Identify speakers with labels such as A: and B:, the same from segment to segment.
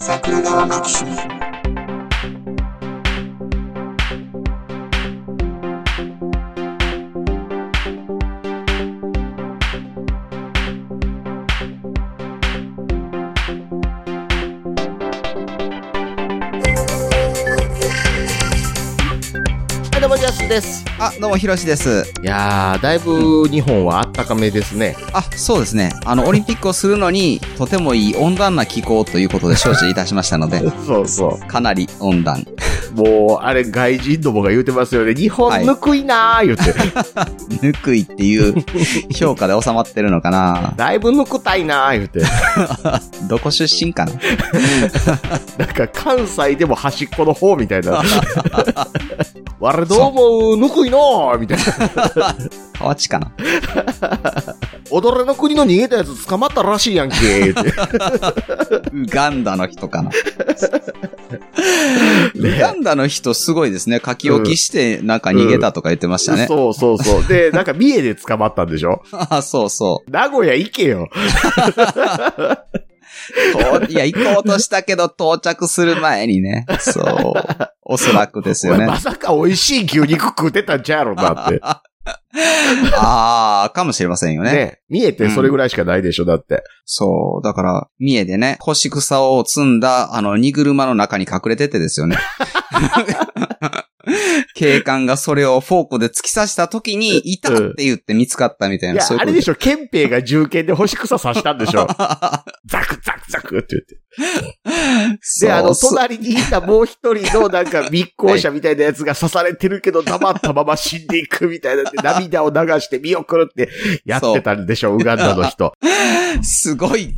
A: 桜川マキシム
B: はい、どうも、ジャスです。
C: あ、どうも、ひろしです。
B: いやー、だいぶ日本はあったかめですね。
C: あ、そうですね。あの、オリンピックをするのに、とてもいい温暖な気候ということで承知いたしましたので、
B: そうそ
C: かなり温暖。
B: う。もう、あれ、外人どもが言うてますよね。日本ぬくいなー、言って。
C: ぬくいっていう評価で収まってるのかな
B: だいぶぬくたいなー、言って。
C: どこ出身かな
B: なんか、関西でも端っこの方みたい な。我れどうも、ぬくいのー、みたいな。
C: 河内かな
B: 踊れの国の逃げたやつ捕まったらしいやんけ、言って。
C: ウガンダの人かな、
B: ね
C: ウガンダの人すごいですね。書き置きして、なんか逃げたとか言ってましたね。
B: そうそうそう。で、なんか、三重で捕まったんでしょ
C: あ、そうそ
B: 名古屋行け
C: う。
B: よ。
C: といや、行こうとしたけど、到着する前にね。そう。おそらくですよ
B: お前
C: ね。
B: まさか美味しい牛肉食うてたんちゃうやろなって。
C: ああ、かもしれませんよね。
B: ね。三重ってそれぐらいしかないでしょ、だって。
C: そう。だから、三重でね、干し草を積んだ、あの、荷車の中に隠れててですよね。 警官がそれをフォークで突き刺した時に、いたって言って見つかったみたい
B: い
C: な、
B: や、
C: そういうこ
B: あれ
C: と
B: でしょ、憲兵が銃剣で干し草刺したんで しょ。ザクザクザクって言って。
C: そう
B: で、あの、
C: そう
B: 隣にいたもう一人のなんか密航者みたいなやつが刺されてるけ ど黙ったまま死んでいくみたいなんで、涙を流して見送るってやってたんでしょ、ウガンダの 人。
C: すごい、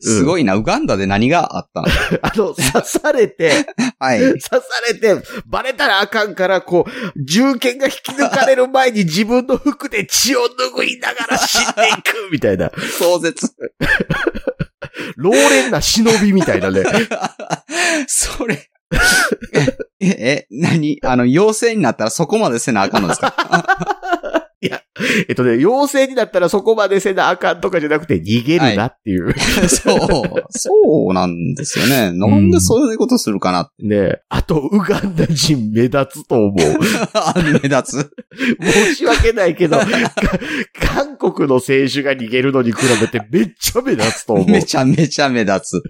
C: すごいな、ウガンダで何があったの
B: あの、刺されて、
C: はい。
B: 刺されて、バレたらあかんから、こう、銃剣が引き抜かれる前に自分の服で血を拭いながら死んでいくみたいな。
C: 壮絶。
B: 老練な忍びみたいなね。
C: それ。え、え、何あの、陽性になったらそこまでせなあかんの ですか
B: えっとね、陽性になったらそこまでせなあかんとかじゃなくて逃げるなっていう。
C: そう。そうなんですよね。なんでそういうことするか な
B: ねえあと、ウガンダ人目立つと思う。
C: あ目立つ。
B: 申し訳ないけ ど、か韓国の選手が逃げるのに比べてめっちゃ目立つ と思う。
C: めちゃめちゃ目立つ。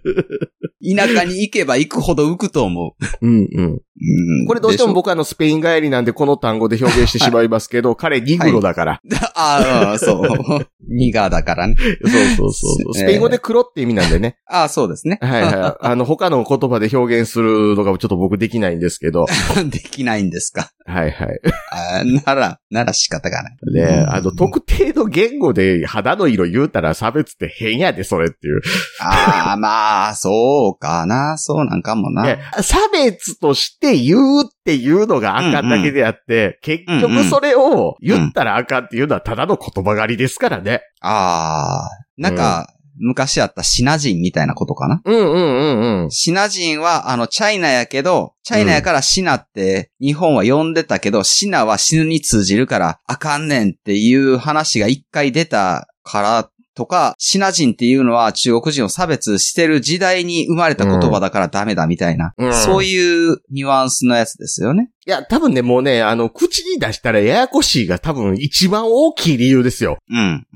C: 田舎に行けば行くほど浮くと思う。
B: うんうん。
C: うん
B: これどうしても
C: でょ
B: 僕あのスペイン帰りなんでこの単語で表現してしまいますけど、彼ニグロだから。
C: ああ、そう。 ニガーだからね。
B: そうそうそうそう。
C: ええ
B: スペイン語で黒って意味なんでね。
C: ああ、そうですね。
B: はいはい。 あの、他の言葉で表現するのがちょっと僕できないんですけど。
C: できないんですか。
B: はいはい。
C: あーなら、なら仕方がない。
B: ねえ、あの、
C: うん
B: 特定の言語で肌の色言うたら差別って変やで、それっていう。
C: ああ、まあ、そうかな。そうなんかもな。
B: ね差別として言うっていうのがあかんだけであって、結
C: うんうん
B: 局それを言ったらあかんっていうのはただの言葉狩りですからね。
C: ああ、なんか、昔あったシナ人みたいなことかな。
B: うんうんうんうん。
C: シナ人は、あの、チャイナやけど、チャイナやからシナって、日本は呼んでたけど、シナは死ぬに通じるから、あかんねんっていう話が一回出たから、とか、シナ人っていうのは中国人を差別してる時代に生まれた言葉だからダメだみたいな。
B: うん
C: そういうニュアンスのやつですよね。
B: いや、多分ね、もうね、あの、口に出したらややこしいが多分一番大きい理由ですよ。
C: うん、うん。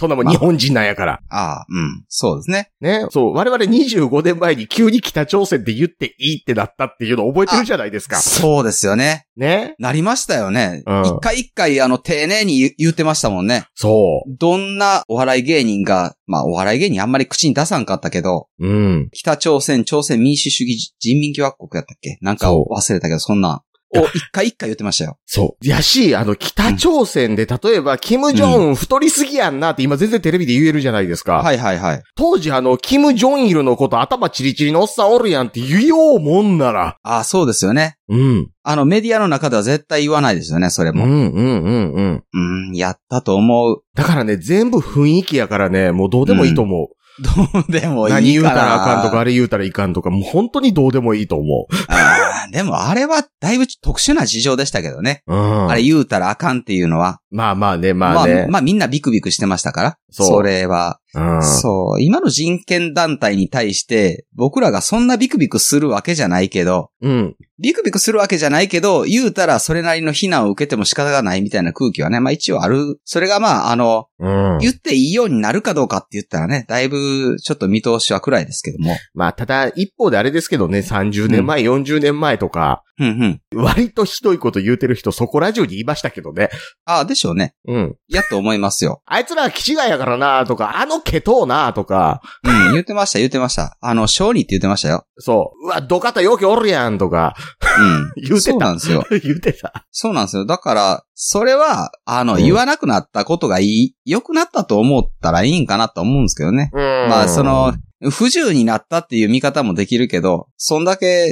B: そんなもん日本人なんやから。
C: ああ、うん。そうですね。
B: ね。そう、我々25年前に急に北朝鮮で言っていいってなったっていうの覚えてるじゃないですか。
C: そうですよね。
B: ね。
C: なりましたよね。
B: うん
C: 一回一回、あの、丁寧に言う言ってましたもんね。
B: そ
C: どんなお笑い芸人が、まあお笑い芸人あんまり口に出さんかったけど、
B: う。うん。
C: 北朝鮮、朝鮮民主主義人民共和国やったっけなんか
B: そう
C: 忘れたけど、そんなん。を一回一回言ってましたよ。
B: そう。やし、あの、北朝鮮で、例えば、キム・ジョンウン太りすぎやんなって今全然テレビで言えるじゃないですか。
C: はいはいはい。
B: 当時あの、キム・ジョンイルのこと頭チリチリのおっさんおるやんって言おうもんなら。
C: ああ、そうですよね。
B: うん。
C: あのメディアの中では絶対言わないですよね、それ
B: うん、う
C: も。
B: ん、うん、うん。
C: うん、やったと思う。
B: だからね、全部雰囲気やからね、もうどうでもいいと思う。
C: どうでもいいから。
B: 何言うたらあかんとか、あれ言うたらいかんとか、もう本当にどうでもいいと思う。
C: ああ、でもあれはだいぶ特殊な事情でしたけどね。
B: うん。
C: あれ言うたらあかんっていうのは。
B: まあまあね、
C: ま
B: ま
C: あ、
B: あね。
C: まあみんなビクビクしてましたから。
B: そう
C: それは。
B: うん。
C: そう。今の人権団体に対して、僕らがそんなビクビクするわけじゃないけど、
B: うん。
C: ビクビクするわけじゃないけど、言うたらそれなりの非難を受けても仕方がないみたいな空気はね、まあ一応ある。それがまあ、あの、
B: うん。
C: 言っていいようになるかどうかって言ったらね、だいぶちょっと見通しは暗いですけども。
B: まあ、ただ、一方であれですけどね、30年前、40年前とか、
C: うんうん。
B: 割とひどいこと言うてる人、そこラジオにいましたけどね。
C: ああ、でしょうね。
B: うん。
C: やっと思いますよ。
B: あいつらは気違いやからなとか、あの毛とうなとか、
C: うん、言ってました、言ってました。あの、小児って言ってましたよ。
B: そう、うわ、どかたよけおるやんとか、
C: うん。
B: 言うて
C: そう
B: た。
C: なんですよ。
B: 言うてた。
C: そうなんですよ。だから、それは、あの、
B: うん
C: 言わなくなったことがいい、良くなったと思ったらいいんかなと思うんですけどね。
B: うん。
C: まあ、その、、不自由になったっていう見方もできるけど、そんだけ、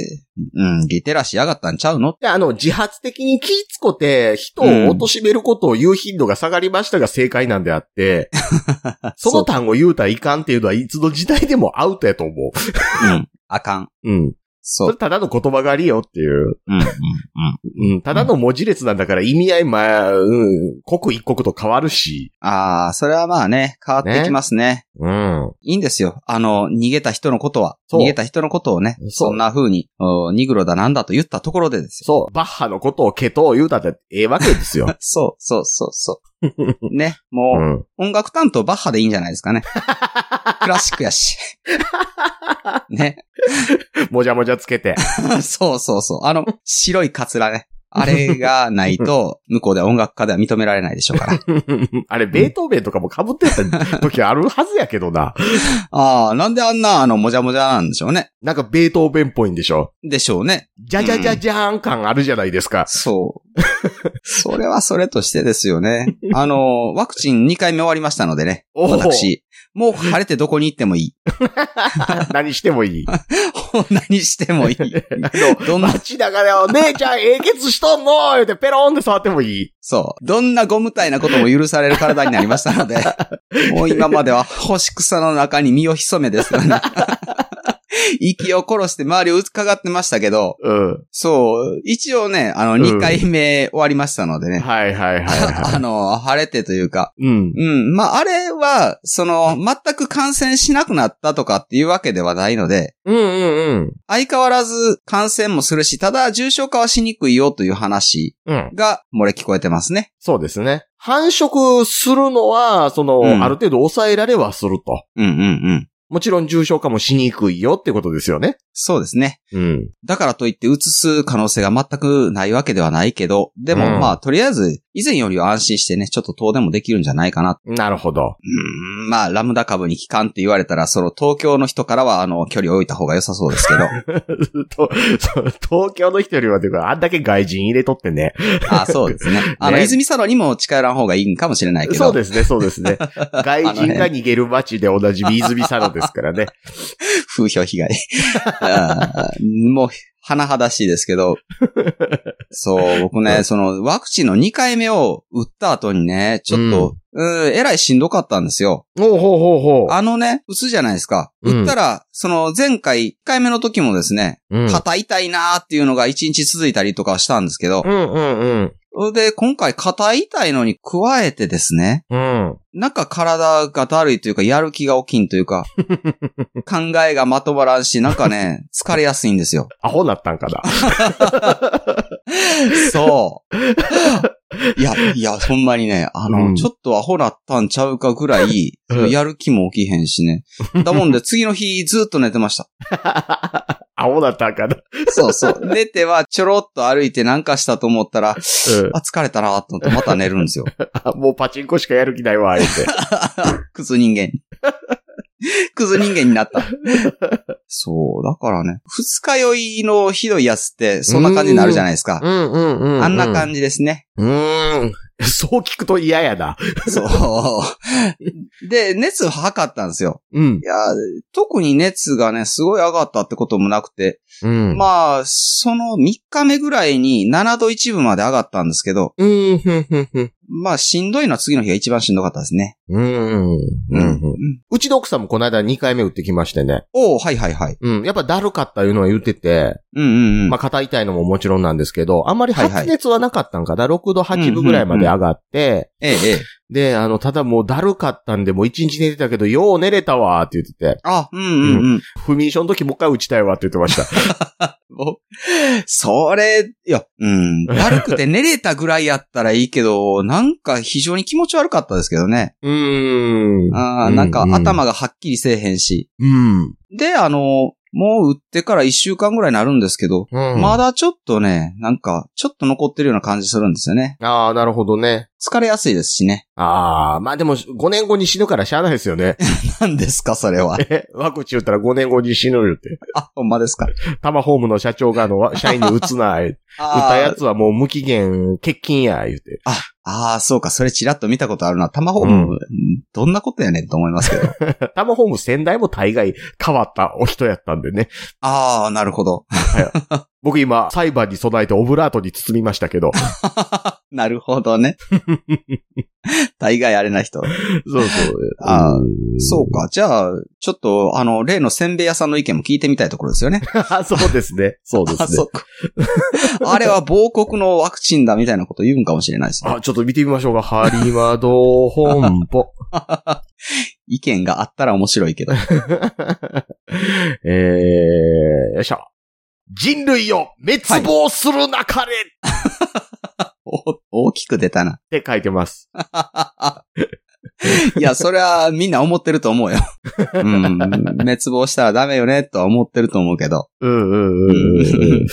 C: うん、リテラシー上がったんちゃうの
B: で、あの、自発的に気ぃつこて、人を貶めることを言う頻度が下がりましたが正解なんであ って、その単語言うたらいかんっていうのはいつの時代でもアウトやと思
C: うん、あかん。
B: う。うん。
C: そ
B: そうれ。ただの言葉狩りよっていう。
C: うん、うん、うん。
B: うん。ただの文字列なんだから意味合い、まあ、うん、刻一刻と変わるし。
C: ああ、それはまあね、変わってきますね。
B: うん。
C: いいんですよ。あの、逃げた人のことは、
B: そう
C: 逃げた人のことをね、
B: そう
C: そんな風に、うんニグロだなんだと言ったところでですよ。。
B: そう。バッハのことをケトー言うたってええわけですよ
C: そう、そう、そう、そう。ね、も
B: う
C: う、
B: ん。
C: 音楽担当バッハでいいんじゃないですかね。クラシックやし。ね。
B: もじゃもじゃつけて。
C: そうそうそう。あの、白いカツラね。あれがないと、向こうでは音楽家では認められないでしょうから。
B: あれ、ベートーベンとかも被ってた時あるはずやけどな。
C: ああ、なんであんな、あの、もじゃもじゃなんでしょうね。
B: なんかベートーベンっぽいんでしょ。
C: でしょうね。
B: じゃじゃじゃじゃーん感あるじゃないですか。
C: そう。それはそれとしてですよね。あの、ワクチン2回目終わりましたのでね。
B: おお
C: 私。もう晴れてどこに行ってもいい。
B: 何してもいい。あ
C: 何してもいい。
B: の、
C: どんな、
B: 街だから、お姉ちゃん、ええケツしとんの言うて、ペロンって触ってもいい。
C: そう。どんなゴム体なことも許される体になりましたの で。もう今までは干し草の中に身を潜めですよ ね。息を殺して周りを伺ってましたけど、
B: うん。
C: そう、一応ね、あの、
B: ん
C: 2回目終わりましたのでね。
B: はいはい はいは
C: あの、晴れてというか、
B: い。うん。
C: うん。まあ、あれは、その、全く感染しなくなったとかっていうわけではないので、
B: うんうん
C: 相変わらず感染もするし、ただ重症化はしにくいよという話
B: うん。うん。
C: が漏れ聞こえてますね。
B: そうですね。繁殖するのは、その、
C: うん
B: ある程度抑えられはすると。
C: うんうんうん。
B: もちろん重症化もしにくいよってことですよね。
C: そうですね。
B: うん。
C: だからといって移す可能性が全くないわけではないけど、でも
B: うん
C: まあ、とりあえず、以前よりは安心してね、ちょっと遠出もできるんじゃないかな。
B: なるほど。
C: うん、まあ、ラムダ株に効かんって言われたら、その東京の人からは、あの、距離を置いた方が良さそうですけど。
B: とそう東京の人よりはというか、あんだけ外人入れとってね。
C: あ、そうですね。あの、
B: ね
C: 泉佐野にも近寄らん方がいいんかもしれないけど。
B: そうです ね、そうですね。外人が逃げる街でおなじみ泉佐野ですから ね。
C: 風評 被害。あーもう、甚だしいですけど。そう、僕
B: う
C: ね、
B: ん
C: その、ワクチンの2回目を打った後にね、ちょっと、うん、えらいしんどかったんですよ。
B: おうほうほうほう。
C: あのね、打つじゃないですか。
B: うん
C: 打ったら、その、前回、1回目の時もですね、
B: うん
C: 肩痛いなーっていうのが1日続いたりとかしたんですけど
B: う、んうんうん。
C: で、今回肩痛いのに加えてですね、
B: うん。
C: なんか体がだるいというか、やる気が起きんという か、考えがまとまらんし、なんかね、疲れやすいんですよ。
B: アホなったんかな。
C: そう。いや、いや、ほんまにね、あの、
B: うん
C: ちょっとアホなったんちゃうかぐらい、
B: うん
C: やる気も起きへんしね。だもんで、次の日ずっと寝てました。
B: アホなったんかな。
C: そうそう。 寝てはちょろっと歩いてなんかしたと思ったら、
B: うん
C: あ、疲れたなと思ってまた寝るんですよ。
B: あもうパチンコしかやる気ないわ、言うて。
C: クズ人間。 クズ人間になった。そう、だからね、二日酔いのひどいやつって、そんな感じになるじゃないですか。
B: ん うんう
C: あんな
B: じ。
C: 感じですね。
B: うーん。そう聞くと嫌やな。
C: そう。で、熱測ったんですよ。
B: うん
C: い。や、特に熱がね、すごい上がったってこともなくて、
B: うん。
C: まあ、その3日目ぐらいに7度1分まで上がったんですけど、
B: うん、ふんふんふん。
C: まあ、しんどいのは次の日が一番しんどかったですね。
B: うんうん。うんうん。うちの奥さんもこの間2回目打ってきましてね。
C: おおはいはいはい。
B: うん。やっぱだるかったいうのは言ってて、
C: うんうんうん。
B: まあ肩痛いのももちろんなんですけど、あんまり
C: はいはい
B: 発熱はなかったんかな。6度8分ぐらいまで上がって、
C: ええ、ええ。
B: で、あの、ただもうだるかったんで、もう1日寝てたけど、よう寝れたわーって言ってて、
C: あ、うんうんうん。
B: 不眠症の時もう一回打ちたいわって言ってました。
C: おそれ、いや、うん。悪くて寝れたぐらいやったらいいけど、なんか非常に気持ち悪かったですけどね。
B: うーん。
C: あ
B: う
C: ー
B: ん
C: なんか頭がはっきりせえへんし。
B: うん。
C: で、あの、もう打ってから一週間ぐらいになるんですけど、
B: うん。
C: まだちょっとね、なんか、ちょっと残ってるような感じするんですよね。
B: ああ、なるほどね。
C: 疲れやすいですしね。
B: ああ、まあでも5年後に死ぬからしゃあないですよ ね。
C: 何ですか、それ は。
B: えワクチン打ったら5年後に死ぬよって。
C: あ、ほんまですか。
B: タマホームの社長があの、わ社員に打つ な、打ったや
C: あー
B: つはもう無期限欠勤や、言うて。
C: あー、そうか、それチラッと見たことあるな。タマホーム、
B: うん
C: どんなことやねんと思います けど。
B: タマホーム先代も大概変わったお人やったんでね。
C: ああ、なるほど。
B: 僕今、裁判に備えてオブラートに包みましたけ ど。
C: なるほど ね。大概あれな人。
B: そうそう。
C: あー
B: うん
C: そうか。じゃあ、ちょっと、あの、例のせんべい屋さんの意見も聞いてみたいところですよね。
B: あそうですね。そうで
C: あ、
B: す
C: そ
B: ね
C: っ。か。あれは亡国のワクチンだみたいなこと言うんかもしれないですね。
B: あ、ちょっと見てみましょうか。ハリマド本舗。
C: 意見があったら面白いけど。
B: えー、よいしょ。人類を滅亡するなかれっ
C: お 大きく出たな。
B: て書いてます。
C: いや、それはみんな思ってると思う よ。うん。滅亡したらダメよね、とは思ってると思うけど。
B: うんうんうんうん うん。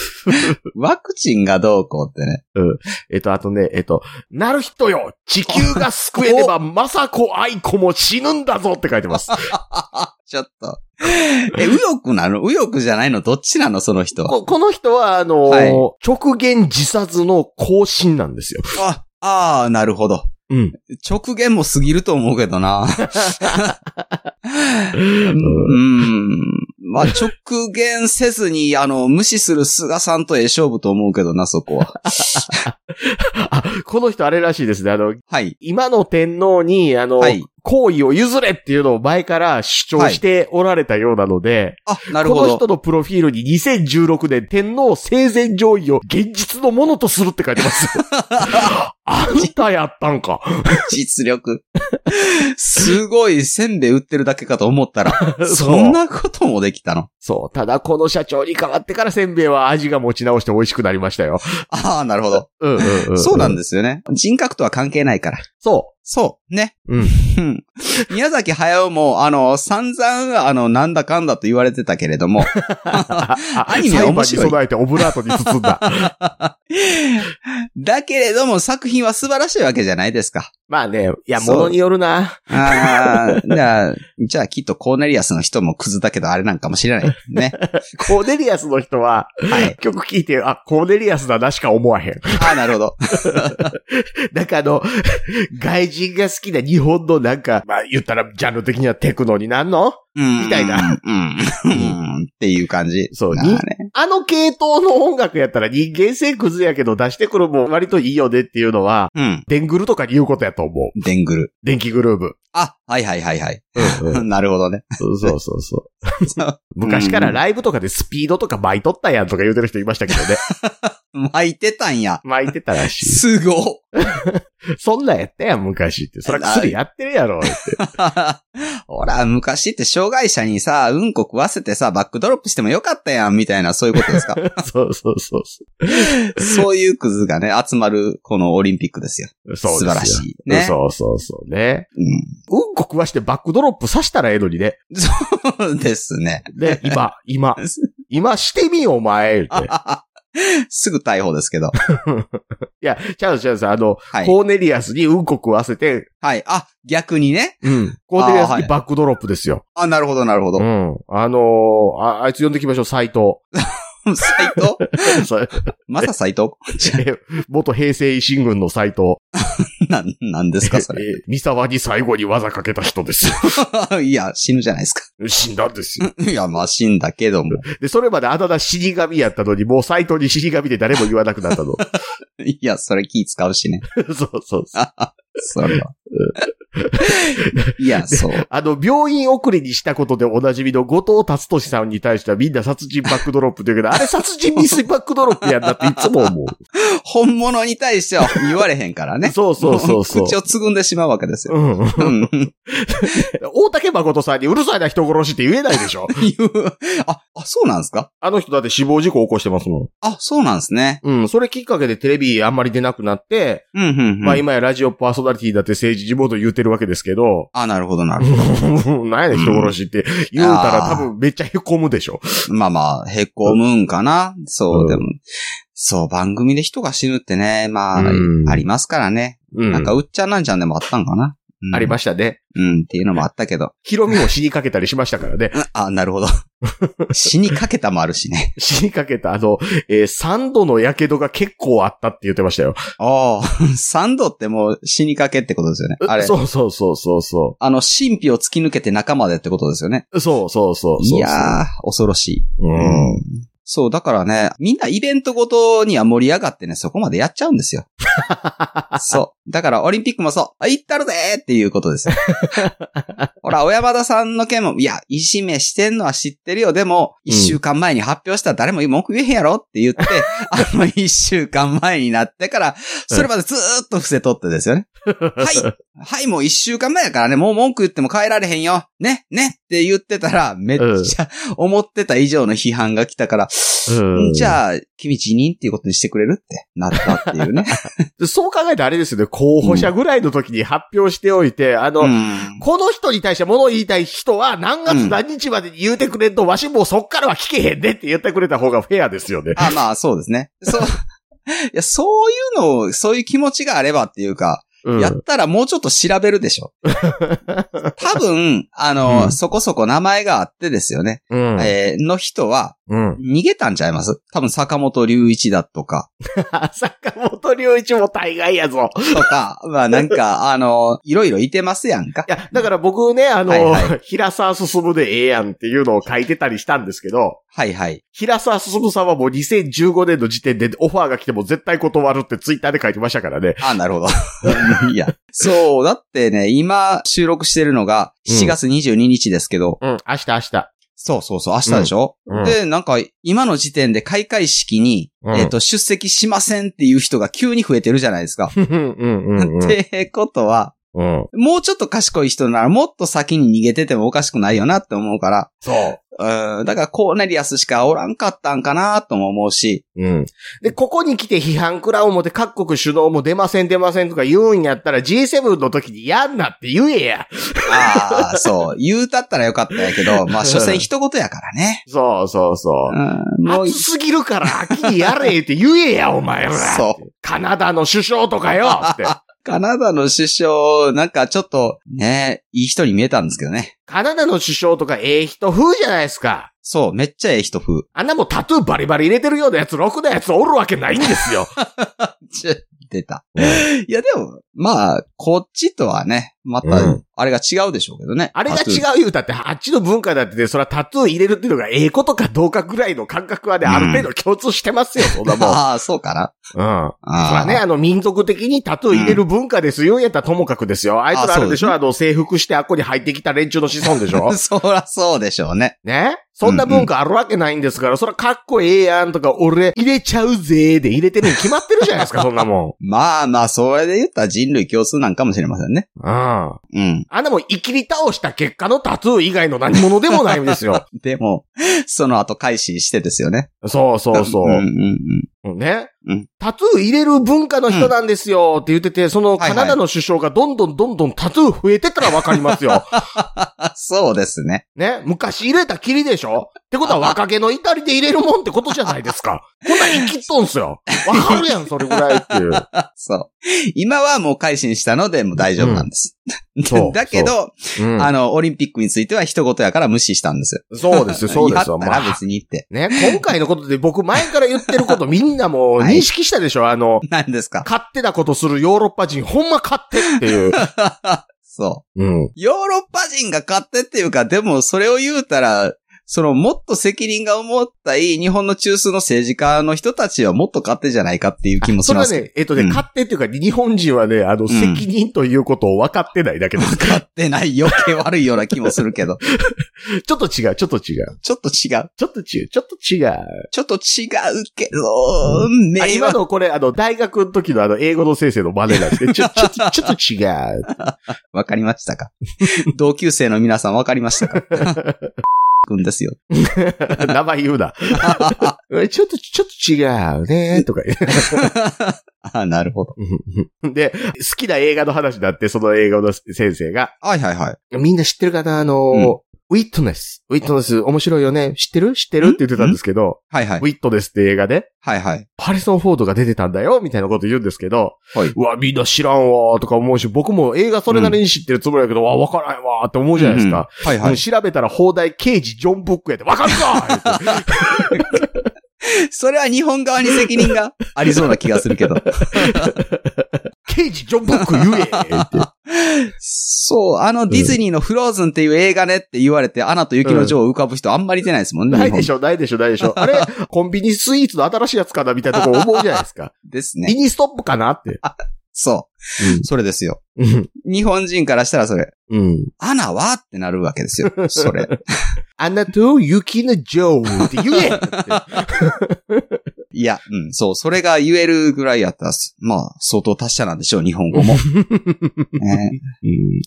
C: ワクチンがどうこうってね。
B: えっと、あとね、えっと、なる人よ地球が救えれ ば、まさこ愛子も死ぬんだぞって書いてます。
C: ちょっと。え、右翼なの右翼じゃないのどっちなのその人は。
B: ここの人は、あのー
C: はい
B: 直言自殺の更新なんですよ。
C: あ、ああ、なるほど。
B: うん。
C: 直言も過ぎると思うけどな。
B: うん
C: うん。まあ、直言せずに、あの、無視する菅さんとええ勝負と思うけどな、そこは。
B: あ、この人あれらしいですね。あの、
C: はい。
B: 今の天皇に、あの、
C: はい。
B: 行為を譲れっていうのを前から主張しておられたようなので、
C: あ、なる
B: こ
C: ほ
B: の
C: ど。
B: 人のプロフィールに2016年天皇生前上位を現実のものとするって書い てます。あんたやったんか。
C: 実力。すごい、せんべい売ってるだけかと思ったら、
B: そう
C: そんなこともできたの。
B: そう。ただこの社長に変わってからせんべいは味が持ち直して美味しくなりましたよ。
C: ああ、なるほど。
B: うんうんうん、
C: そうなん
B: す。
C: ですよね。人格とは関係ないから。
B: そ
C: そう、ね。
B: うん
C: ん。宮崎駿も、あの、散々、あの、なんだかんだと言われてたけれども、
B: う。ああ
C: アニメは面白い
B: 裁判に備えてオブラートに包 んだ。
C: だけれども作品は素晴らしいわけじゃないですか。
B: まあね、いや、
C: そう
B: ものによるな。
C: ああ、じゃあ、じゃあきっとコーネリアスの人もクズだけどあれなんかもしれない。ね。
B: コーネリアスの人は、
C: はい。
B: 曲聴いて、あ、コーネリアスだなしか思わへん。
C: ああ、なるほど。
B: なんかあの、 外人が好きな日本のなんか、まあ言ったらジャンル的にはテクノになんの
C: うん。
B: みたいな。
C: うん。うん。っていう感じ。
B: そう
C: な
B: に
C: あね。
B: あの系統の音楽やったら人間性クズやけど出してくるもん割といいよねっていうのは、
C: うん。
B: デングルとかに言うことやと思う。
C: でんぐる。
B: 電気グルーブ。
C: あ、はいはいはいはい。
B: うんうん
C: なるほどね。
B: そうそうそう。
C: そう
B: 昔からライブとかでスピードとか巻いとったやんとか言うてる人いましたけどね。
C: 巻いてたんや。
B: 巻いてたら しい。
C: すごっ。
B: そんなんやったやん、昔って。そりゃ薬やってるやろ。
C: ほら、昔って障害者にさ、うんこ食わせてさ、バックドロップしてもよかったやん、みたいな、そういうこと ですか
B: そうそうそうそ
C: そういうクズがね、集まる、このオリンピックですよ。
B: う。そうです
C: 素
B: よ
C: 晴らしい。ね。
B: そうそうそうね。
C: う
B: うんこ食わしてバックドロップさしたらええのにね。
C: ん。 ですね。
B: ね、今、今、今してみよ、お前って。
C: すぐ逮捕ですけど。
B: いや、ちゃうちゃうさ、あの、
C: はい。
B: コーネリアスにうんこ食わせて、
C: はい。あ、逆にね。
B: うん。コーネリ アス
C: あーは
B: に
C: い
B: バックドロップですよ。
C: あ、なるほど、なるほど。
B: うん。あのーあ、あいつ呼んできましょう、斎藤。
C: 斎藤
B: それ
C: まさ斎藤
B: 元平成維新軍の斎藤。
C: なん、なんですか、そ れ。
B: えー三沢に最後に技かけた 人です。
C: いや、死ぬじゃないですか。
B: 死んだんですよ。
C: いや、まあ死んだけども。
B: で、それまであだ名死神やったのに、もう斎藤に死神で誰も言わなく なったの。
C: いや、それ気使うしね。
B: そうそうそう。
C: それは。いや、そう。
B: あの、病院送りにしたことでおなじみの後藤達俊さんに対してはみんな殺人バックドロップというけ ど、あれ殺人ミスバックドロップやんなっていつも思う。
C: 本物に対しては言われへんからね。
B: そうそうそうそう
C: も口をつぐんでしまうわけですよ。
B: うん。
C: うん。言
B: 大竹誠さんにうるさいな人殺しって言えないでしょ。
C: う。あ、あ、そうなんですか
B: あの人だって死亡事故起こしてますも
C: あ、そうなんですね。
B: ん。うん。それきっかけでテレビあんまり出なくなって、
C: うん、うん、うん。
B: まあ今やラジオパーソナリティだって政治地元言うてるわけですけど、
C: あ、なるほど、なるほ
B: なんやねん人殺しって言うたら多分めっちゃ凹むでしょ。
C: ど。まあまあ、へこむんかな。そうう、
B: ん
C: でも。そう、番組で人が死ぬってね、まあ
B: う、ん
C: ありますからね。
B: うん。
C: なんか、うっちゃんなんちゃんでもあったんかな。うん
B: ありましたね。
C: うん、っていうのもあったけど。
B: ヒロミも死にかけたりしましたからね。
C: うん あ、なる ほど。死にかけたもあるしね。
B: 死にかけた、あの、えー、3度の火傷が結構あったって言ってましたよ。
C: ああ、サンドってもう死にかけってことですよね。あれ。
B: そうそうそうそうそ
C: あの、神秘を突き抜けて仲間でってことですよね。
B: う。そうそうそうそうそ
C: い
B: う。
C: やー、恐ろしい。
B: うん。
C: そう、だからね、みんなイベントごとには盛り上がってね、そこまでやっちゃうん ですよ。そう。だから、オリンピックもそう、あ行ったるぜーっていうことです よ。ほら、小山田さんの件も、いや、いじめしてんのは知ってるよ。でも、
B: うん
C: 一週間前に発表したら誰も文句言えへんやろって言って、 あの一週間前になってから、それまでずーっと伏せとってです よね。はい。はい、もう一週間前やからね、もう文句言っても変えられへんよ。ね、ねって言ってたら、めっちゃ思ってた以上の批判が来たから、
B: うん
C: じゃあ、君辞任っていうことにしてくれるってなったっていう ね。
B: そう考えたらあれですよね、候補者ぐらいの時に発表しておいて、あの、
C: うん
B: この人に対して物を言いたい人は何月何日までに言うてくれんと、わしもうそっからは聞けへんでって言ってくれた方がフェアですよね。
C: あ、まあ、そうですね。そう。いや、そういうのを、そういう気持ちがあればっていうか、
B: うん
C: やったらもうちょっと調べるでし ょ。多分、あの、
B: うん
C: そこそこ名前があってですよね。
B: うん。
C: えーの人は、
B: うん。
C: 逃げたんちゃいます多分、坂本隆一だとか、
B: 坂本龍一も大概やぞ。い
C: とか、 まあなんか、あの、いろいろいてますやんか。
B: や、だから僕ね、あの、
C: はいは
B: 平沢進でええやんっていうのを書いてたりしたんですけど、
C: はいはい。
B: 平沢進さんはもう2015年の時点でオファーが来ても絶対断るってツイッターで書いてましたからね。
C: あ、なるほど。い や。そう、だってね、今収録してるのが7月22日ですけど、
B: うん、明日明日。
C: そうそうそう、明日でしょ、
B: うんうん
C: で、なんか、今の時点で開会式に、
B: うん
C: えっ、と、出席しませんっていう人が急に増えてるじゃないですか。
B: うん、うん、うん。
C: ってことは、
B: うん。
C: もうちょっと賢い人ならもっと先に逃げててもおかしくないよなって思うから、
B: そう。
C: うん、だからコーネリアスしかおらんかったんかなとも思うし、
B: うん。で、ここに来て批判クラウもて各国首脳も出ません出ませんとか言うんやったら G7 の時にやんなって言えや。
C: ああ、 そう、言うたったらよかったんやけど、まあ、所詮一言やからね。
B: そうそうそう。
C: うん、もう
B: 暑、すぎるから秋にやれって言えや、お前 ら。
C: そう。
B: カナダの首相とかよって。
C: カナダの首相、なんかちょっと、ね、いい人に見えたんですけどね。
B: カナダの首相とかええ人風じゃないですか。
C: そう、めっちゃええ人風。
B: あんなもんタトゥーバリバリ入れてるようなやつ、ろくなやつおるわけないんですよ。
C: ちょ出た。いや、でも、まあ、こっちとはね、ま
B: う
C: た
B: ん、
C: あれが違うでしょうけどね。
B: あれが
C: タトゥー
B: 違う言うたって、あっちの文化だってね、それはタトゥー入れるっていうのがええことかどうかぐらいの感覚はね、
C: うん
B: ある程度共通し てますよ、そんなもん。うん。
C: ああ、そうかな。
B: そら
C: ああ、
B: ね、あの、民族的にタトゥー入れる文化ですよ、やったらともかくですよ。あいつらあれでしょあの、制服してあっこに入ってきた連中の子孫でしょ
C: そらそうでしょうね。
B: ねそんな文化あるわけないんですから、そらかっこええやんとか、俺入れちゃうぜーで入れてるに決まってるじゃないです か、そんなも
C: まあまあ、それで言ったら人類共通なんかもしれませんね。
B: ん。うん。あ
C: うん。
B: んなもん、生きり倒した結果のタトゥー以外の何者でも ないんですよ。
C: でも、その後開始してですよね。
B: そうそうそう。
C: んうんうん。
B: うんね
C: うん。
B: タトゥー入れる文化の人なんですよって言ってて、そ
C: は
B: の
C: いはい
B: カナダの首相がどんどんどんどんタトゥー増えてたらわかりま すよ。
C: あそうですね。
B: ね。昔入れたきりでしょってことは若気の至りで入れるもんってことじゃないですか。こんなん生きっとんすよ。わかるやん、それぐらいっていう。
C: あそう。今はもう改心したので、もう大丈夫なんです。
B: そう
C: だけど、
B: うん
C: あの、オリンピックについては一言やから無視したんですよ。
B: そうですよ、そうです
C: や
B: よ。
C: ったら
B: まあ
C: 別にって。
B: ね、今回のことで僕前から言ってることみんなもう認識したでしょ、あの、
C: 何ですか
B: 勝手なことするヨーロッパ人ほんま勝手っ ていう。
C: そう。
B: うん。
C: ヨーロッパ人が勝手っていうか、でもそれを言うたら、そのもっと責任が思ったい日本の中枢の政治家の人たちはもっと勝手じゃないかっていう気もし
B: それ
C: ま
B: は
C: す。
B: ね、えっとね、
C: うん
B: 勝手っていうか日本人はね、あの、責任ということを分かってないだけ です。
C: 分かってない余計悪いような気もするけ ど。
B: ちょっと違う、ちょっと違う。
C: ちょっと違う。
B: ちょっと違う、ちょっと違う。
C: ちょっと違うけど、
B: あ
C: 迷
B: 今
C: 惑。
B: のこれ、あの、大学の時のあの、英語の先生の真似なんですね。ちょ、ちょ っと、ちょっと違う。
C: わかりましたか同級生の皆さんわかりましたか くんですよ。
B: 名前言うな。 ちょっと、ちょっと違うね、とか言う
C: あなるほど。
B: で、好きな映画の話だって、その映画の先生が、
C: はいはいはい。
B: みんな知ってるかなあのー、ウィットネス。ウィットネス面白いよね。知ってる知ってるって言ってたんですけど、
C: はいは
B: ウ
C: い。
B: ィットネスって映画で、
C: はいはい。
B: ハリソン・フォードが出てたんだよみたいなこと言うんですけど、
C: はいう
B: わ、みんな知らんわーとか思うし、僕も映画それなりに知ってるつもりだけど、わ、わからんわーって思うじゃないですか。
C: うんうんはいは
B: うん
C: い。
B: 調べたら、放題刑事ジョン・ブックやで、わかるか 言うて
C: それは日本側に責任がありそうな気がするけど。
B: 刑事ジョン・ブック言えって。
C: そう、あのディズニーのフローズンっていう映画ねって言われて、アナと雪の女王を浮かぶ人あんまり出ないですもんね。
B: ないでし
C: ょ。
B: ょ、ないでしょ、ないでし ょ。あれ、コンビニスイーツの新しいやつかなみたいなとこ思うじゃないですか。
C: です
B: ミ
C: ね。
B: ニストップかなって。
C: そう。それですよ。
B: うん。
C: 日本人からしたらそれ。
B: うん。
C: アナはってなるわけですよ。それ。
B: あなたを雪の女王って言えって
C: いや、うん、そう、それが言えるぐらいやったらす、まあ、相当達者なんでしょう、日本語 も。ね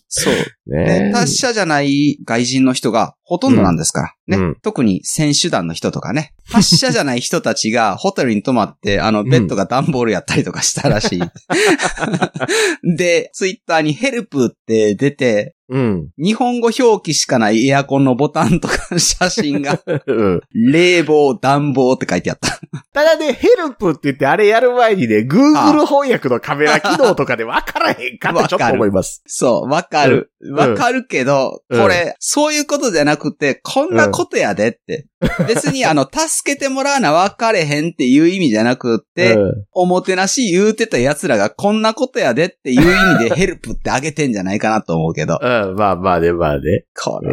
C: そう。ね
B: ね
C: 達者じゃない外人の人がほとんどなんですから。
B: うんう
C: ね
B: ん。
C: 特に選手団の人とかね。達者じゃない人たちがホテルに泊まって、あの、ベッドが段ボールやったりとかしたらし い。で、ツイッターにヘルプって出て、
B: うん。
C: 日本語表記しかないエアコンのボタンとか写真 が、
B: うん。
C: 冷房、暖房って書いてあった。
B: ただね、ヘルプって言ってあれやる前にね、Google 翻訳のカメラ機能とかで分からへんかってちょっと思います。
C: そう、わかる。
B: ん
C: わかるけど、
B: うん
C: これ、そういうことじゃなくて、こんなことやでって。別に、あの、助けてもらわな分かれへんっていう意味じゃなくって、
B: うん
C: おもてなし言うてた奴らがこんなことやでっていう意味でヘルプってあげてんじゃないかなと思うけど。
B: うん、まあまあね、まあね。
C: これ。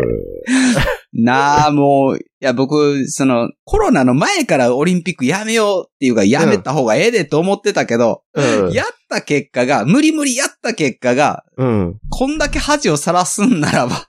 C: なあ、もう、いや、僕、その、コロナの前からオリンピックやめようっていうか、やめた方がええでと思ってたけど、
B: うん
C: やった結果が、無理無理やった結果が、
B: うん。
C: こんだけ恥をさらすんなら ば。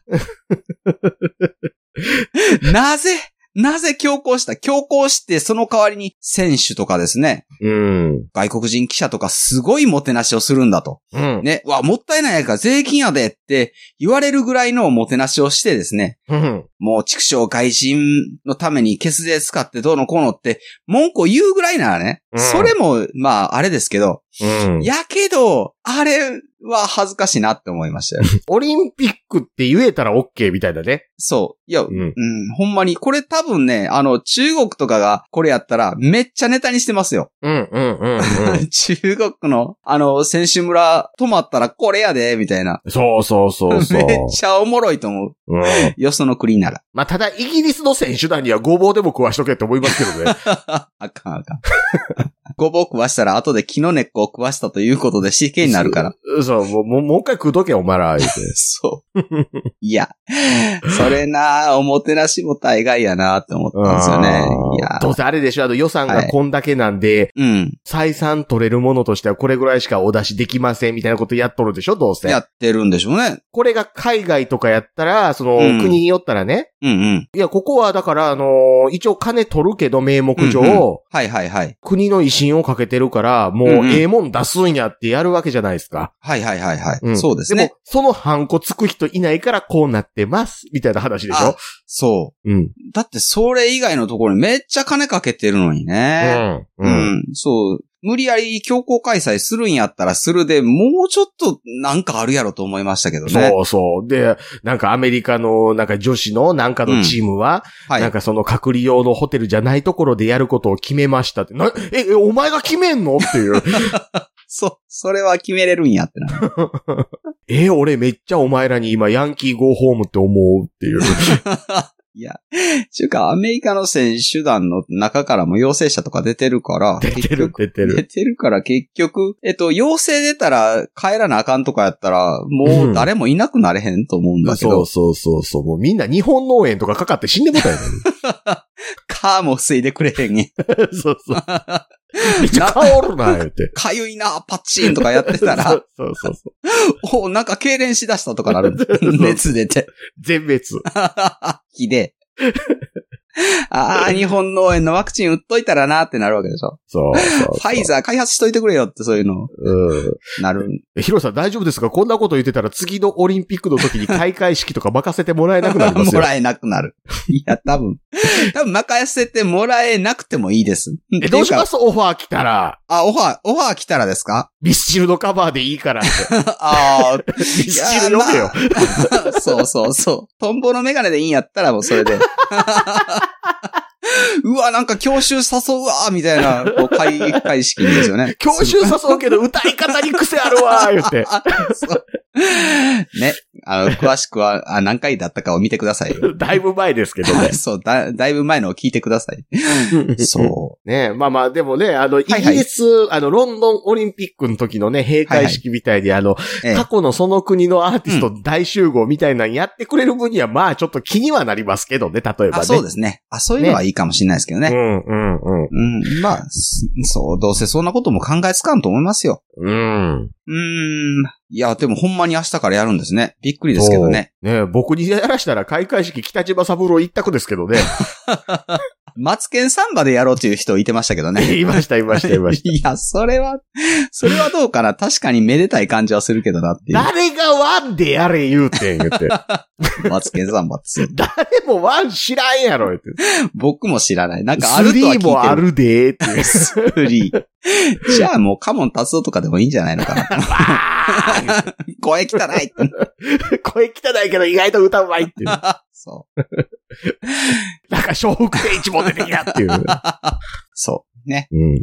C: なぜ、なぜ強行した強行して、その代わりに選手とかですね、
B: うん。
C: 外国人記者とかすごいもてなしをするんだと。
B: うん。
C: ね、わ、もったいないやから税金やでって言われるぐらいのもてなしをしてですね、
B: うん。
C: もう畜生外人のために血税使ってどうのこうのって文句を言うぐらいならね、
B: うん
C: それも、まあ、あれですけど、
B: うん。
C: やけど、あれは恥ずかしいなって思いましたよ。
B: オリンピックって言えたら OK みたいなね。
C: そう。いや、
B: うん。
C: うん、ほんまに、これ多分ね、あの、中国とかがこれやったら、めっちゃネタにしてますよ。
B: うん、うん、うん。
C: 中国の、あの、選手村泊まったらこれやで、みたいな。
B: そうそうそうそう
C: めっ。ちゃおもろいと思う。
B: うん
C: よその国なら。
B: まあ、ただ、イギリスの選手団にはごぼうでも食わしとけって思いますけどね。
C: あかんあ かん。ごぼう食わしたら後で木の根っこを食わしたということで死刑になるから。
B: う。そう、もう、もうもう一回食うとけ、お前 ら、言うて。
C: そう。いや、それな、おもてなしも大概やなって思ったんですよね
B: あー。
C: いや、
B: どうせあれでしょ、あの予算
C: は
B: が
C: い
B: こんだけなんで、
C: うん。
B: 採算取れるものとしてはこれぐらいしかお出しできませんみたいなことやっとるでしょ、どう
C: や
B: せ。
C: ってるんでしょうね。
B: これが海外とかやったら、その、
C: うん
B: 国によったらね、
C: うんうん。
B: いや、ここはだから、あのー一応金取るけど、名目上、
C: うんうんはいはいはい。
B: 国の威信をかけてるから、もう
C: うんうん
B: ええもん出すんやってやるわけじゃないですか。
C: はいはいはいはい。
B: うん
C: そうです
B: で
C: ね
B: も。、そのハンコつく人いないからこうなってます、みたいな話でし
C: あ
B: ょ
C: そ
B: うん。
C: う。だってそれ以外のところにめっちゃ金かけてるのに
B: う
C: ね。
B: ん。
C: う
B: うん。
C: ん。そう。無理やり強行開催するんやったらするで、もうちょっとなんかあるやろと思いましたけどね。
B: そうそう。で、なんかアメリカの、なんか女子のなんかのチームは、
C: はい。
B: なんかその隔離用のホテルじゃないところでやることを決めましたって。なえ、えお前が決めんのっていう。
C: そう、それは決めれるん やってな。
B: え、俺めっちゃお前らに今ヤンキーゴーホームって思うっ ていう。
C: いや、ちゅうか、アメリカの選手団の中からも陽性者とか出てるから、
B: 出てる、出
C: 結
B: て
C: 局。出
B: る。
C: てるから結局、えっと、陽性出たら帰らなあかんとかやったら、もう誰もいなくなれへんと思うんだけど、
B: そうそうそうそう。もうみんな日本農園とかかかって死んでもた よ、ね。
C: カーも吸いでくれへ んねん。
B: そうそう。めっちゃ香るな、言うて。
C: かゆいな、パッチンとかやってた
B: そ
C: ら
B: う、そうそうそ う。
C: お、なんか痙攣しだしたとかなる
B: そう。
C: 熱出て。
B: 全滅。
C: ひでえ。ああ、日本農園のワクチン打っといたらなってなるわけでしょ。
B: そうそうそう。
C: ファイザー開発しといてくれよってそういうの、
B: うん
C: なる。
B: え。ヒロさん大丈夫ですかこんなこと言ってたら次のオリンピックの時に開会式とか任せてもらえなくなります
C: も
B: よ。
C: らえなく なる。いや、多分。多分、任せてもらえなくてもいいです。
B: え、どうし
C: ってい
B: ま
C: か
B: すオファー来たら。
C: あ、オファー、オファー来たらです か
B: ミスチルのカバーでいいからって。
C: ああ、
B: ミスチル読めよ。
C: そうそうそう。トンボのメガネでいいんやったらもうそれで。 うわ、なんか教習誘うわ、みたいな、こう、会議、会式ですよね。
B: 教習誘うけど歌い方に癖あるわー、言って。
C: そうね。あの、詳しくは、あ、何回だったかを見てください よ。。
B: だいぶ前ですけどね
C: そう、だ、だいぶ前のを聞いてください。そう。
B: ねえ、まあまあ、でもね、あの、イギ
C: はい
B: リス、あの、ロンドンオリンピックの時のね、閉会式みたいに、あの、
C: ええ
B: 過去のその国のアーティスト大集合みたいなのやってくれる分には、まあ、ちょっと気にはなりますけどね、例えばね。
C: あ、そうですすね。あ、そういうのはいいかもしれないですけどね。
B: うん、うん、
C: うん、まあ、すそう、どうせそんなことも考えつかんと思いますよ。
B: うん。うん。
C: うーん。いや、でもほんまに明日からやるんですね。びっくりですけどね。
B: ねえ僕にやらしたら開会式北島三郎一択です けどね。
C: マツケンサンバでやろうという人いてましたけどね。
B: いました、いました、いました。
C: いや、それは、それはどうかな。確かにめでたい感 じはするけどなってい
B: 誰がワンでやれ言うてん、言 って。
C: う。マツケンサンバってそう。
B: 誰もワン知らんやろ、言って。
C: 僕も知らない。なんかあるとは聞いて
B: 3
C: る。
B: もあるでーっていう。
C: スプリー。じゃあもうカモン達夫とかでもいいんじゃないの かな。 声汚いって
B: 声汚いけど意外と歌うまいっていう。
C: そう。
B: なんか小福亭一も出てきたっていう。
C: そう。ね。
B: うん。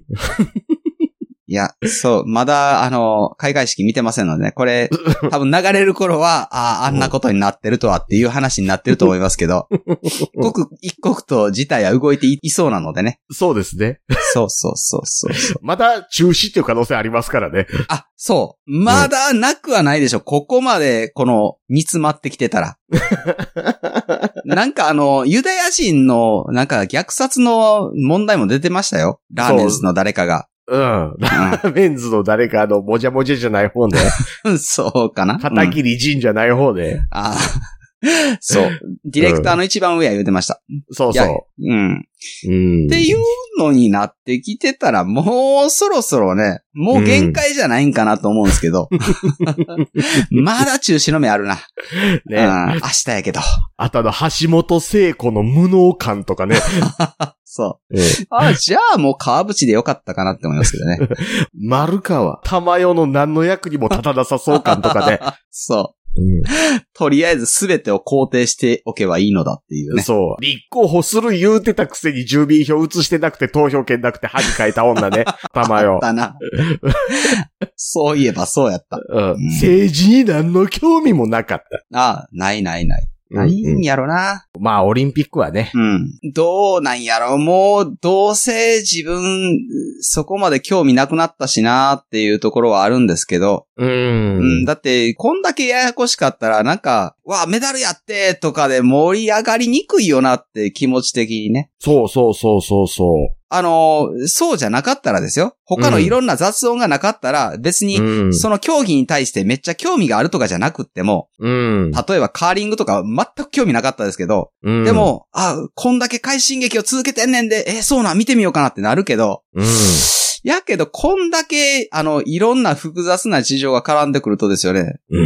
C: いや、そう、まだ、あの、開会式見てませんのでね、こ れ、多分流れる頃は、ああ、あんなことになってるとはっていう話になってると思いますけ ど、一刻一刻と事態は動いていいそうなのでね。
B: そうですね。
C: そうそうそうそうそう。
B: また中止っていう可能性ありますからね。
C: あ、そう。まだなくはないでしょ。ここまで、この、煮詰まってきてた ら。なんかあの、ユダヤ人の、なんか虐殺の問題も出てましたよ。ラーメンズの誰かが。
B: うん。
C: う
B: メンズの誰かあの、もじゃもじゃじゃない方で、
C: んそうか な。
B: 片桐仁じゃない方で。
C: ああ。 そう。ディレクターの一番上は言うてました。
B: そう
C: いや
B: そ
C: うん。
B: う。うん。
C: っていうのになってきてたら、もうそろそろね、もう限界じゃないんかなと思うんですけど。 まだ中止の目あるな。うん
B: ね。
C: 明日やけど。
B: あとあの、橋本聖子の無能感とか ね。
C: そ
B: うん
C: う。あ、じゃあもう川淵でよかったかなって思いますけど ね。
B: 丸川。玉代の何の役にも立たなさそう感とか ね。
C: そ
B: うん
C: う。とりあえず全てを肯定しておけばいいのだっていうね。
B: そう。立候補する言うてたくせに住民票移してなくて投票権なくて恥かいた女 ね。た ま
C: あ
B: よ
C: っ。た な。そういえばそうやった。
B: うん。政治に何の興味もなかった。
C: あないないない。な
B: うん
C: いんやろな。
B: まあ、オリンピックはね。
C: うん。どうなんやろもう、どうせ自分、そこまで興味なくなったしなっていうところはあるんですけど、う
B: う
C: んん、だって、こんだけややこしかったら、なんか、わあ、メダルやってとかで盛り上がりにくいよなって気持ち的にね。
B: そうそうそうそうそ
C: あのー、そうじゃなかったらですよ。他のいろんな雑音がなかったら、別
B: う。
C: に、
B: うん
C: その競技に対してめっちゃ興味があるとかじゃなくっても、
B: うん。
C: 例えばカーリングとか全く興味なかったですけど、
B: うん
C: で、も、あ、こんだけ快進撃を続けてんねんで、えーそうなん、見てみようかなってなるけど、
B: うん。
C: いやけど、こんだけ、あの、いろんな複雑な事情が絡んでくるとですよね。
A: う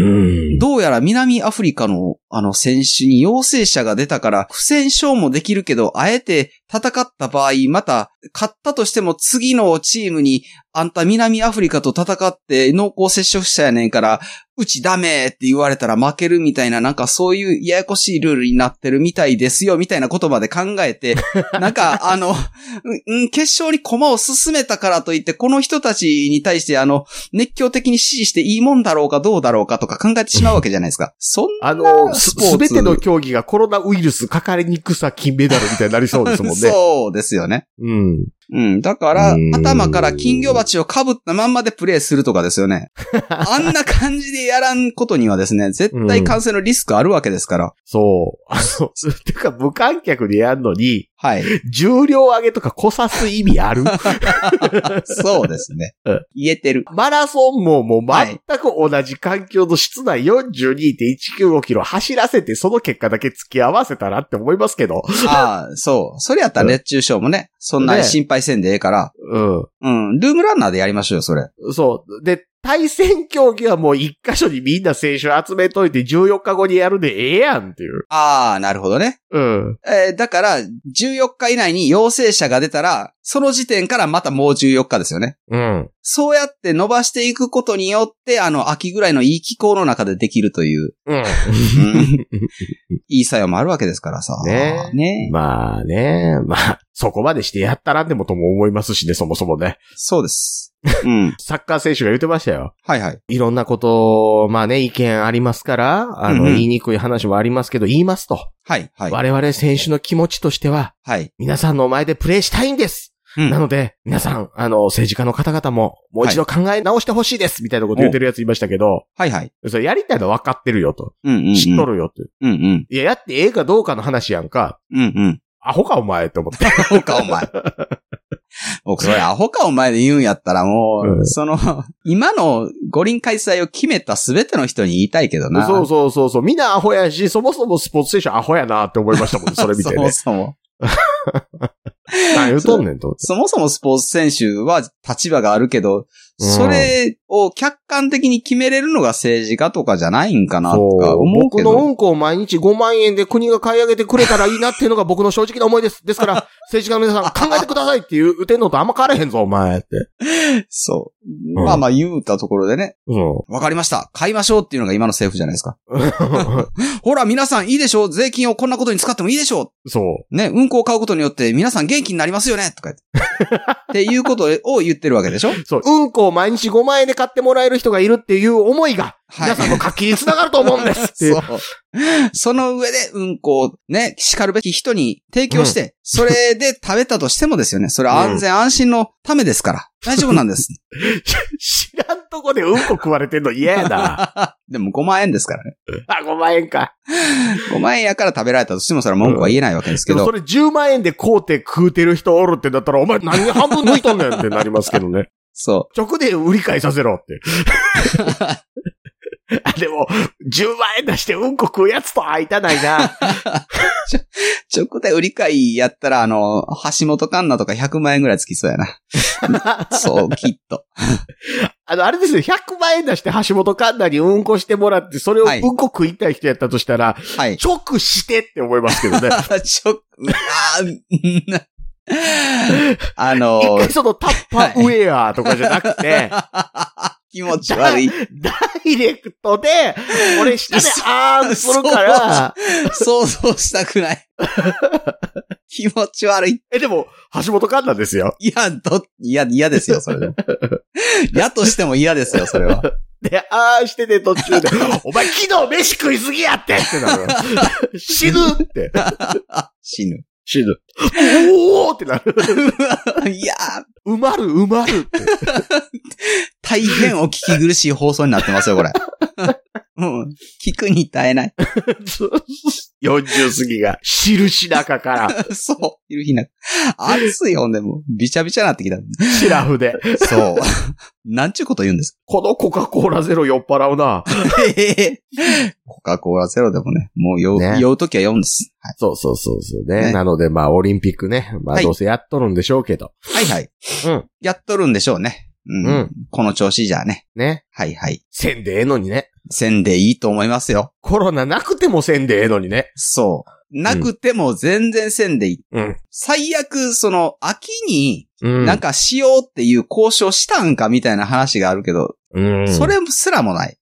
A: ん。
C: どうやら南アフリカの、あの、選手に陽性者が出たから、不戦勝もできるけど、あえて戦った場合、また、勝ったとしても次のチームに、あんた南アフリカと戦って濃厚接触者やねんから、うちダメって言われたら負けるみたいな、なんかそういうややこしいルールになってるみたいですよ、みたいなことまで考え て、なんかあの、うん、決勝に駒を進めたからといって、この人たちに対してあの、熱狂的に支持していいもんだろうかどうだろうかとか考えてしまうわけじゃないですか。そんな
A: あの、
C: ス
A: す
C: ポーツ
A: べての競技がコロナウイルスかかりにくさ金メダルみたいになりそうですもんね。
C: そうですよね。
A: うん。
C: うん。だから
A: うー、ん
C: 頭から金魚鉢を被ったまんまでプレイするとかですよ ね。あんな感じでやらんことにはですね、絶対感染のリスクあるわけですから。
A: そう。あの、てか無観客でやるのに、
C: はい。
A: 重量上げとかこさす意味 ある
C: そうですね
A: うん。
C: 言えてる。
A: マラソンももう全く同じ環境の室内42.195キロ走らせてその結果だけ付き合わせたらって思いますけど。
C: ああ、そう。それやったら熱中症もね、そんなに心配せんでええから。
A: う
C: うん。ルームランナーでやりましょうよ、それ。
A: ん。そう。で、対戦競技はもう一箇所にみんな選手集めといて14日後にやるでええやんっていう。
C: ああ、なるほどね。
A: うん。
C: えーだから、14日以内に陽性者が出たら、その時点からまたもう14日ですよね。
A: うん。
C: そうやって伸ばしていくことによって、あの、秋ぐらいのいい気候の中でできると いう、
A: うん。
C: いい作用もあるわけですからさ。
A: ねえ
C: ねえ
A: まあね、まあ、そこまでしてやったらんでもとも思いますしね、そもそもね。
C: そうです。うん。
A: サッカー選手が言ってましたよ。
C: はいはい。
A: いろんなこと、まあね、意見ありますから、あの、
C: うんうん
A: 言いにくい話もありますけど、言いますと。
C: はいはい。
A: 我々選手の気持ちとしては、
C: はい。
A: 皆さんの前でプレーしたいんです、
C: うん
A: なので、皆さん、あの、政治家の方々も、もう一度考え直してほしいです、みたいなこと言ってるやついましたけど、
C: はいはい。
A: それやりたいのは分かってるよと。
C: うんうん、うん。
A: 知っとるよと。
C: うんうん。
A: いや、やってええかどうかの話やんか。
C: うんうん。
A: アホかお前って思 って。
C: アホかお前。僕、そ れアホかお前で言うんやったらもう、
A: うん
C: その、今の五輪開催を決めたすべての人に言いたいけどな。
A: そうそうそうそう。みんなアホやし、そもそもスポーツ選手アホやなって思いましたもん ね、それ見て
C: そも
A: ね。
C: そも。
A: 何言うとんねんと思って。
C: そもそもスポーツ選手は立場があるけど、
A: うん
C: それを客観的に決めれるのが政治家とかじゃないんかな
A: そ
C: とか思う
A: 僕
C: け
A: のう
C: ど。
A: んこを毎日5万円で国が買い上げてくれたらいいなっていうのが僕の正直な思いです。で すから、政治家の皆さん考えてくださいっていう、打てんのとあんま変わらへんぞ、お前って。
C: そう。
A: うん
C: まあまあ言うたところでね、
A: うん。
C: わかりました。買いましょうっていうのが今の政府じゃない ですか。ほら、皆さんいいでしょう税金をこんなことに使ってもいいでしょ
A: そう
C: ね、うんこを買うことによって皆さん元気になりますよねとか 言って。っていうことを言ってるわけでしょ。
A: そう。うんこを毎日5万円で買ってもらえる人がいるっていう思いが、
C: はい
A: 皆さんの活気につながると思うんですって いう。
C: そう。その上で、うんこをね、叱るべき人に提供して、それで食べたとしてもですよね。それは安全安心のためですから。大丈夫なんです。
A: 知らんとこでうんこ食われてんの嫌や な。
C: でも5万円ですからね。
A: あ、5万円か。
C: 5万円やから食べられたとしてもそれは文句は言えないわけですけ
A: で
C: ど。
A: もそれ10万円で買うて食うてる人おるってなったら、お前何半分抜いとんねんってなりますけどね。
C: そ
A: 直で売り買いさせろ って。あでも、10万円出してうんこ食うやつと会いたないな。
C: う。直で売り買いやったら、あの、橋本環奈とか100万円ぐらいつきそうやな。 そう、きっと。
A: あの、あれですよ、100万円出して橋本環奈にうんこしてもらって、それを
C: は
A: う
C: い
A: んこ食いたい人やったとしたら、
C: はい。
A: 直してって思いますけどね。
C: あちょ、うわー あの
A: 一 回そのタッパーウェアとかじゃなくて、
C: 気持ち悪い。
A: ダイレクトで、俺下であーんするから、
C: 想像したくない。気持ち悪い。
A: え、でも、橋本環奈ですよ。
C: いや、ど、いや、嫌ですよ、それでも。嫌としても嫌ですよ、それは。
A: で、あーしてて途中 で、お前昨日飯食いすぎやってってなる。 死ぬって。
C: 死ぬ。
A: 死ぬ。おーってなる。
C: いや
A: 埋まる、埋まるって。
C: 大変お聞き苦しい放送になってますよ、これ。うん。聞くに耐えない。
A: 40過ぎが、印中から、
C: そう。いる日な。暑いよ、ほんでもう。びちゃびちゃなってきた。
A: シラフで。
C: そう。なんちゅうこと言うんです
A: このコカ・コーラゼロ酔っ払う
C: か
A: な。
C: コカ・コーラゼロでもね、もう酔う、
A: ね
C: 酔うときは酔うんです。は
A: そうそうそうそう
C: ね
A: ね。なので、まあ、オリンピックね。ま
C: は
A: あ、
C: い
A: どうせやっとるんでしょうけど。
C: いはい。
A: うん。
C: やっとるんでしょうね。うん。
A: うん
C: この調子じゃね。
A: ね。
C: はいはい。
A: せんでええのにね。
C: せんでいいと思いますよ。
A: コロナなくてもせんでええのにね。
C: そう。なくても全然せんでいい。
A: うん。
C: 最悪、その、秋に
A: うん。
C: なんかしようっていう交渉したんかみたいな話があるけど、
A: うん。
C: それすらもない。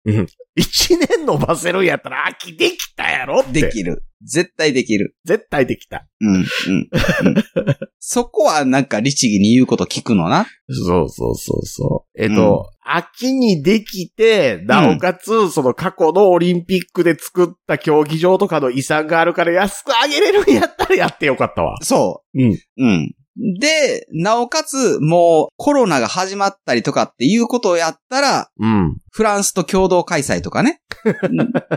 A: 一年伸ばせるんやったら飽きできたやろって。
C: できる。絶対できる。
A: 絶対できた。
C: うん、うん。 うんそこはなんか律儀に言うこと聞くのな。
A: そうそうそうそう。えっと、秋にできて、なおかつ、その過去のオリンピックで作った競技場とかの遺産があるから安くあげれるんやったらやってよかったわ。
C: そう。
A: うん。
C: うん。で、なおかつ、もうコロナが始まったりとかっていうことをやったら、
A: うん。
C: フランスと共同開催とか ね。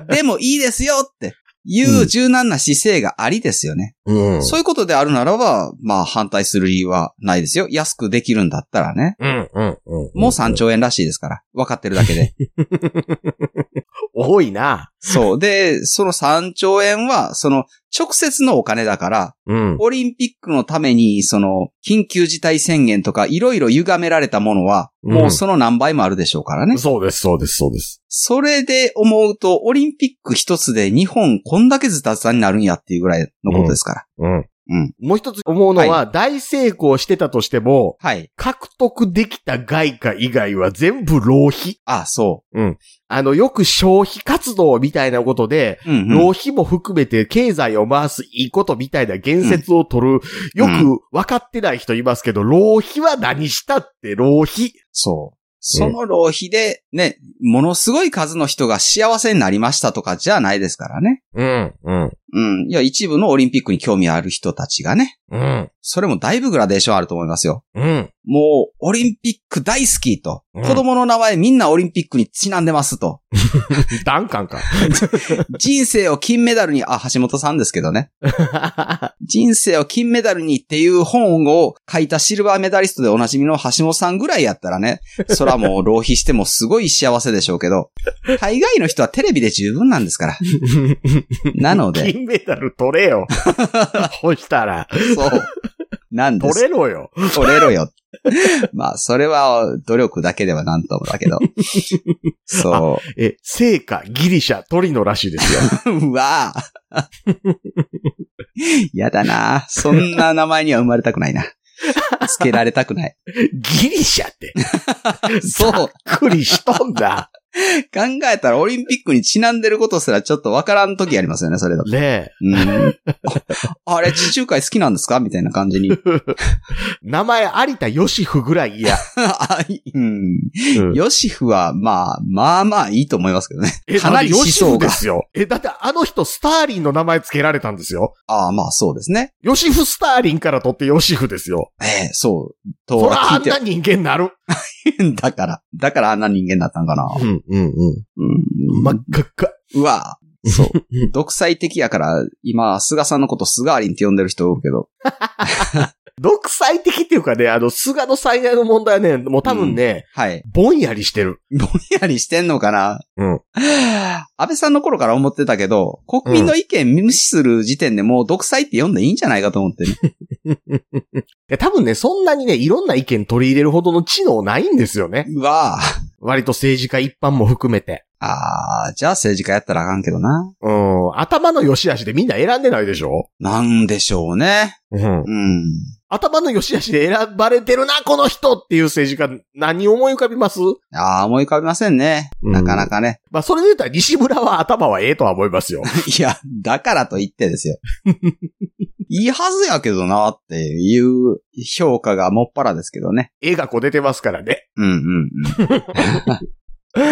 C: でもいいですよっていう柔軟な姿勢がありですよね。
A: うん。
C: そういうことであるならば、まあ反対する理由はないですよ。安くできるんだったらね。
A: うん、うん、うん。
C: もう3兆円らしいですから。分かってるだけで。
A: 多いな。
C: そう。で、その3兆円は、その直接のお金だから、
A: うん。
C: オリンピックのために、その、緊急事態宣言とか、いろいろ歪められたものは、
A: うん
C: もうその何倍もあるでしょうからね。
A: そうです、そうです、そうです。
C: それで思うと、オリンピック一つで日本こんだけずたずたになるんやっていうぐらいのことですから。
A: うん。
C: うん。
A: もう一つ思うのは、大成功してたとしても、
C: はい。
A: 獲得できた外貨以外は全部浪費。
C: あ、そ
A: あの、よく消費活動みたいなことで、
C: う。うん、うん。
A: 浪費も含めて経済を回すいいことみたいな言説を取る、よく分かってない人いますけど、浪費は何したって浪費。
C: そう。その浪費で、ね、ものすごい数の人が幸せになりましたとかじゃないですからね。
A: うん、うん、
C: うん。いや、一部のオリンピックに興味ある人たちがね。
A: うん、
C: それもだいぶグラデーションあると思いますよ。
A: うん。
C: もう、オリンピック大好きと、
A: うん
C: 子供の名前みんなオリンピックにちなんでますと、
A: ダン カンか。
C: 人生を金メダルに、あ、橋本さんですけどね、人生を金メダルにっていう本を書いたシルバーメダリストでおなじみの橋本さんぐらいやったらね、そらもう浪費してもすごい幸せでしょうけど、海外の人はテレビで十分なんです から。なので、
A: 金メダル取れ よ。そしたら、
C: そう。なんで
A: 取
C: す。
A: れろよ。
C: 取れろよ。まあ、それは努力だけではなんともだけど。そう。
A: え、聖火、ギリシャ、トリノらしいですよ。
C: う わぁ。やだなぁそんな名前には生まれたくないな。つけられたくない。
A: ギリシャって、
C: そう。考
A: クリしとん だ。
C: えたらオリンピックにちなんでることすらちょっとわからん時ありますよね、それだと。
A: ね
C: うん。ああれ、地中海好きなんですかみたいな感じに
A: え。。名前、有田義夫ぐらい嫌。
C: あうん。
A: うん
C: ヨシフは、まあ、まあまあいいと思いますけどね
A: え。
C: かなり思想
A: だってヨシフで
C: が。
A: す よ。え、だってあの人、スターリンの名前つけられたんですよ。
C: ああ、まあそうですね。
A: ヨシフ・スターリンから取ってヨシフですよ。
C: ええそう。と
A: そら
C: は聞い
A: あん
C: て
A: な人間なる。
C: だから、だからあんな人間だったんかな。
A: ん、うん、う
C: うん。
A: 真っ赤っか。
C: うわぁ。そう。独裁的やから、今、菅さんのことスガーリンって呼んでる人おるけど。
A: 独裁的っていうかね、あの、菅の最大の問題はね、もう多分ね、
C: はい。
A: ぼんやりしてる。
C: ぼんやりしてんのかな
A: うん。
C: 安倍さんの頃から思ってたけど、国民の意見無視する時点でもう独裁って読んでいいんじゃないかと思ってね。
A: で多分ね、そんなにね、いろんな意見取り入れるほどの知能ないんですよね。
C: うわぁ。
A: 割と政治家一般も含めて。
C: あー、じゃあ政治家やったらあかんけどな。
A: うん、頭の良し悪しでみんな選んでないでしょ
C: なんでしょうね。
A: うん。
C: うん。
A: 頭の良し悪しで選ばれてるな、この人っていう政治家、何思い浮かびます
C: あー、思い浮かびませんね。
A: うん
C: なかなかね。
A: まあ、それで言ったら西村は頭はええとは思い ますよ。
C: いや、だからと言ってですよ。いいはずやけどなっていう評価がもっぱらですけどね。
A: 絵がこう出てますからね。
C: うんうん うん。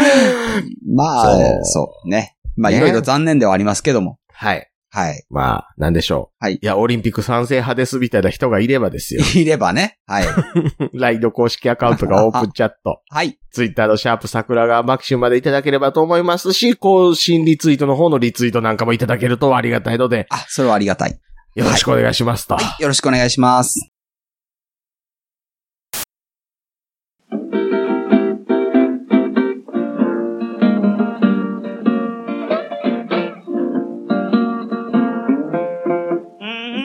C: まあ、
A: そう
C: そうね。まあ、
A: ね
C: いろいろ残念ではありますけども。
A: はい。
C: はい。
A: まあ、なんでしょう。
C: はい
A: いや、オリンピック賛成派ですみたいな人がいればです よ。
C: いればね。はい。
A: LINE の公式アカウントがオープンチャット。
C: はい。
A: ツイッターのシャープ桜川マキシムまでいただければと思いますし、更新リツイートの方のリツイートなんかもいただけるとありがたいので、
C: あ、それはありがたい。
A: よろしくお願いしますと。
C: はい。よろしくお願いします。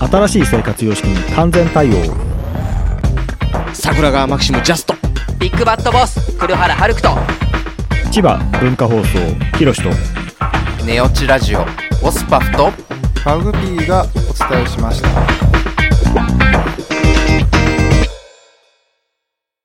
D: 新しい生活様式に完全対応
A: 桜川マキシムジャスト。
E: ビッグバットボス黒原遥人
D: 千葉文化放送ひろしと
B: ネオチラジオ。オスパフと
F: マグピーがお伝えしました